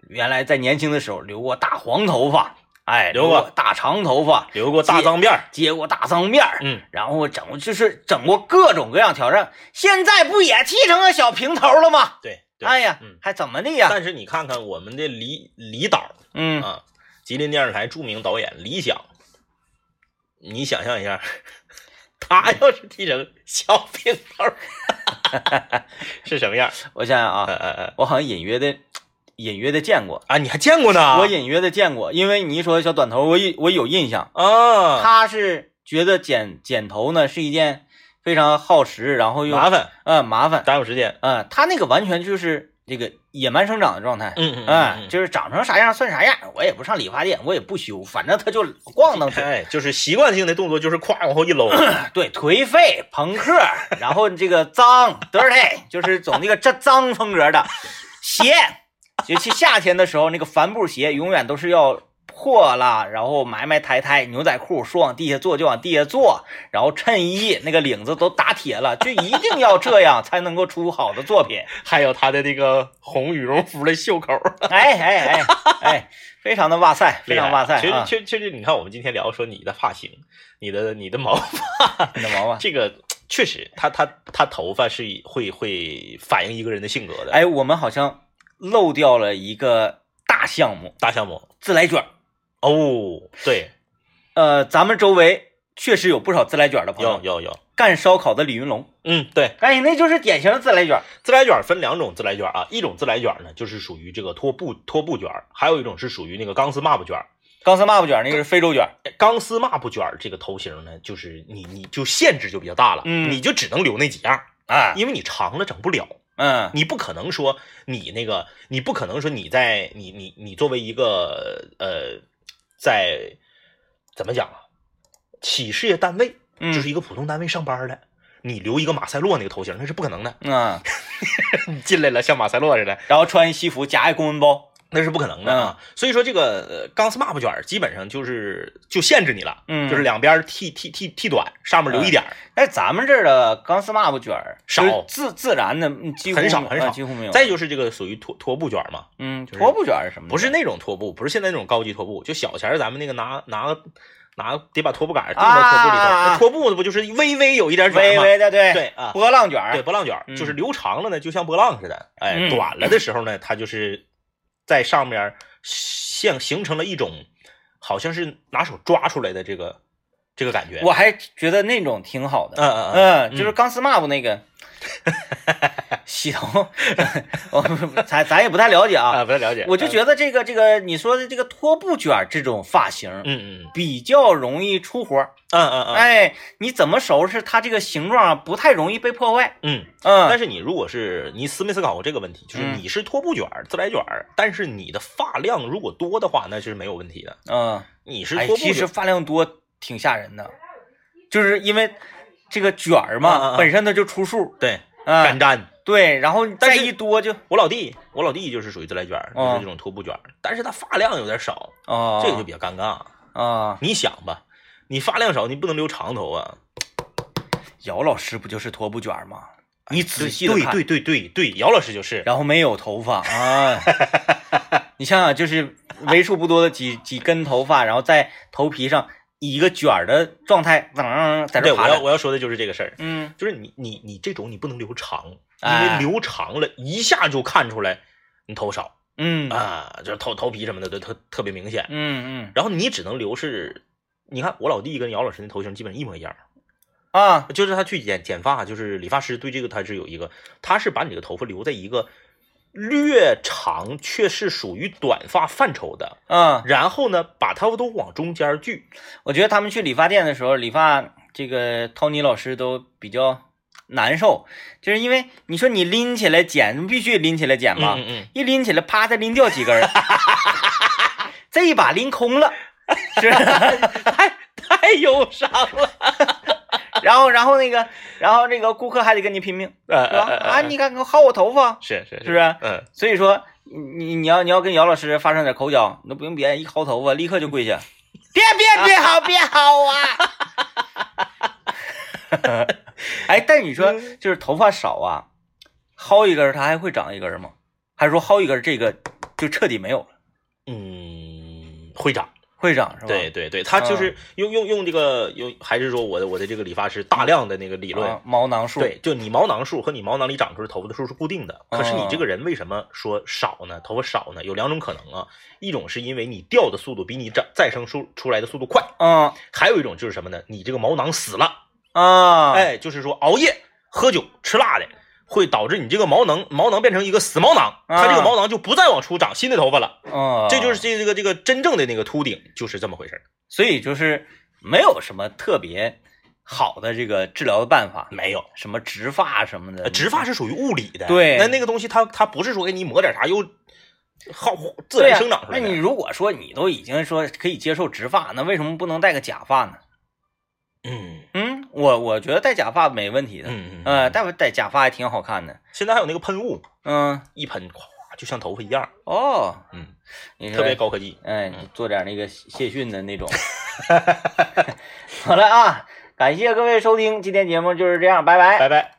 原来在年轻的时候留过大黄头发，哎，
留
留
过
大长头发，
留过大脏辫儿，
接过大脏辫儿，
嗯，
然后整过就是整过各种各样挑战。现在不也剃成个小平头了吗？
对，对
哎呀
嗯，
还怎么的呀？
但是你看看我们的李李导
嗯，
啊，吉林电视台著名导演李想，你想象一下，
嗯
他要是剃成小平头儿， 是什么样？
我想想
呃
啊，
呃呃，
我好像隐约的、隐约的见过，
啊，你还见过呢？
我隐约的见过，因为你一说小短头，我有我有印象。
啊，
他是觉得剪剪头呢是一件非常耗时，然后又
麻烦，
呃麻烦，
耽误时间。
呃，他那个完全就是这个野蛮生长的状态，
嗯嗯嗯
哎
嗯
就是长成啥样算啥样，我也不上理发店，我也不修，反正他就咣当腿，
哎，就是习惯性的动作，就是咵往后 一搂，
对，颓废、朋克，然后这个脏 dirty，就是 走那个这脏风格的鞋，尤其夏天的时候，那个帆布鞋永远都是要。破了，然后埋埋汰汰，牛仔裤说往地下坐就往地下坐，然后衬衣那个领子都打铁了，就一定要这样才能够出好的作品。
还有他的那个红羽绒服的袖口，
哎哎哎哎，非常的哇塞，非常哇塞
其实
啊！
其实其实你看，我们今天聊说你的发型，你的你的毛
你的毛啊！
这个确实，他他他头发是一会会反映一个人的性格的。，
哎，我们好像漏掉了一个大项目
大项目
——自来卷儿。
哦，对，
呃，咱们周围确实有不少自来卷儿的朋
有
友，
有有，
干烧烤的李云龙，
嗯，对，
哎，那就是典型的自来卷儿。
自来卷儿分两种自来卷儿啊，一种自来卷儿呢就是属于这个拖布拖布卷儿，还有一种是属于那个钢丝抹布卷儿。
钢丝抹布卷儿那个是非洲卷儿，
哎钢丝抹布卷儿这个头型呢，就是你你就限制就比较大了，
嗯
你就只能留那几样儿，
哎，
因为你长了整不了。
嗯
你不可能说你那个，你不可能说你在你你你作为一个呃，在怎么讲啊，企事业单位，
嗯
就是一个普通单位上班的，你留一个马塞洛那个头型那是不可能的。
嗯，
你进来了像马塞洛似的，
然后穿西服夹一公文包，
那是不可能的啊。所以说这个呃钢丝抹布卷儿基本上就是就限制你了，
嗯
就是两边儿剃剃剃剃短，上面留一点儿。
但是咱们这儿的钢丝抹布卷儿
少
就是自自然的嗯几乎
很少很少
啊几乎没有。
再就是这个属于拖拖布卷儿嘛，
嗯，
就是
拖布卷儿是什么？
不是那种拖布，不是现在那种高级拖布，就小前儿咱们那个拿拿拿得把拖布杆儿钉到拖布里头，
啊
那拖布不就是微微有一点卷儿
微
吗？
微的对
对啊
波浪卷儿
对，波浪卷儿、
嗯
就是留长了呢，就像波浪似的，哎，
嗯
短了的时候呢，它就是在上面儿像形成了一种好像是拿手抓出来的这个这个感觉。
我还觉得那种挺好的。
嗯嗯嗯，
嗯，就是钢丝抹布那 个洗头， 我不咱咱也不太了解
啊，
啊。
不太了解，
我就觉得这个这个你说的这个拖布卷儿这种发型
嗯，嗯
比较容易出活儿，
嗯嗯嗯嗯
哎，你怎么收拾它这个形状啊，不太容易被破坏。
嗯。但
嗯，
是你如果是你思没思考过这个问题，就是
嗯
你是拖布卷儿、自来卷儿，但是你的发量如果多的话，那是没有问题的。
嗯，
你是
哎，
拖布
其
卷
实发量多挺吓人的，就是因为这个卷儿嘛，
啊啊啊
本身它就出数，
对
啊、
干粘。
对，然后你
但
再
是
一多就
我老弟，我老弟就是属于自来卷儿，就是
哦
这种拖布卷儿，但是他发量有点少，
哦，
这个就比较尴尬。
啊，
你想吧，你发量少，你不能留长头啊。
姚老师不就是拖布卷儿吗？你仔细的
对
看，
对对对对，姚老师就是
然后没有头发啊， 你想想，就是为数不多的几几根头发，然后在头皮上以一个卷儿的状态，噔，在
对，
这
我
爬
要
着，
我要说的就是这个事儿，
嗯，
就是你你你这种你不能留长，因为
哎
留长了一下就看出来你头少。
嗯
啊，就是头头皮什么的都特特别明显。
嗯嗯
然后你只能留是，你看我老弟跟姚老师那头型基本一模一样，
啊，
就是他去剪剪发，就是理发师对这个他是有一个，他是把你的头发留在一个略长却是属于短发范畴的，
嗯，
然后呢，把它都往中间聚。
我觉得他们去理发店的时候，理发这个 Tony 老师都比较难受，就是因为你说你拎起来剪，你必须拎起来剪吧，
嗯嗯
一拎起来，啪，再拎掉几根儿，这一把拎空了，是吧，
太忧伤了。
然后然后那个，然后这个顾客还得跟你拼命，
呃
是吧？
呃呃
啊，你看薅我头发，
是是是
是不啊是
嗯，
所以说你你你要你要跟姚老师发生点口角，你都不用别人一薅头发，立刻就跪下， 别别别薅别薅啊！ 哎，但你说就是头发少啊，薅一根儿它还会长一根儿吗？还是说薅一根儿这个就彻底没有了？
嗯，会长。
会长是吧？啊
对对对，他就是用用用这个用，还是说我的我的这个理发师大量的那个理论
啊，毛囊数，
对，就你毛囊数和你毛囊里长出的头发的数是固定的。可是你这个
哦
人为什么说少呢？头发少呢？有两种可能啊，一种是因为你掉的速度比你长再生出出来的速度快，
嗯
还有一种就是什么呢？你这个毛囊死了，
啊，，
哎，就是说熬夜、喝酒、吃辣的。会导致你这个毛囊毛囊变成一个死毛囊，它这个
啊
毛囊就不再往出长新的头发了。
嗯，
这就是，这这个这个真正的那个秃顶就是这么回事儿
所以就是没有什么特别好的这个治疗的办法，
没有。
什么植发什么的，
呃，植发是属于物理的，
嗯对
那那个东西它它不是说给你抹点啥又好自
对
然
呀
生长出来
那
的。
你如果说你都已经说可以接受植发，那为什么不能戴个假发呢？
嗯
嗯，我我觉得戴假发没问题的，
嗯嗯
呃，戴不戴假发还挺好看的，
现在还有那个喷雾，
嗯，
一喷咵就像头发一样，
哦，
嗯，
你说
特别高嗯科技。
哎，你做点那个谢逊的那 种。 好了啊，感谢各位收听，今天节目就是这样，拜拜
拜拜。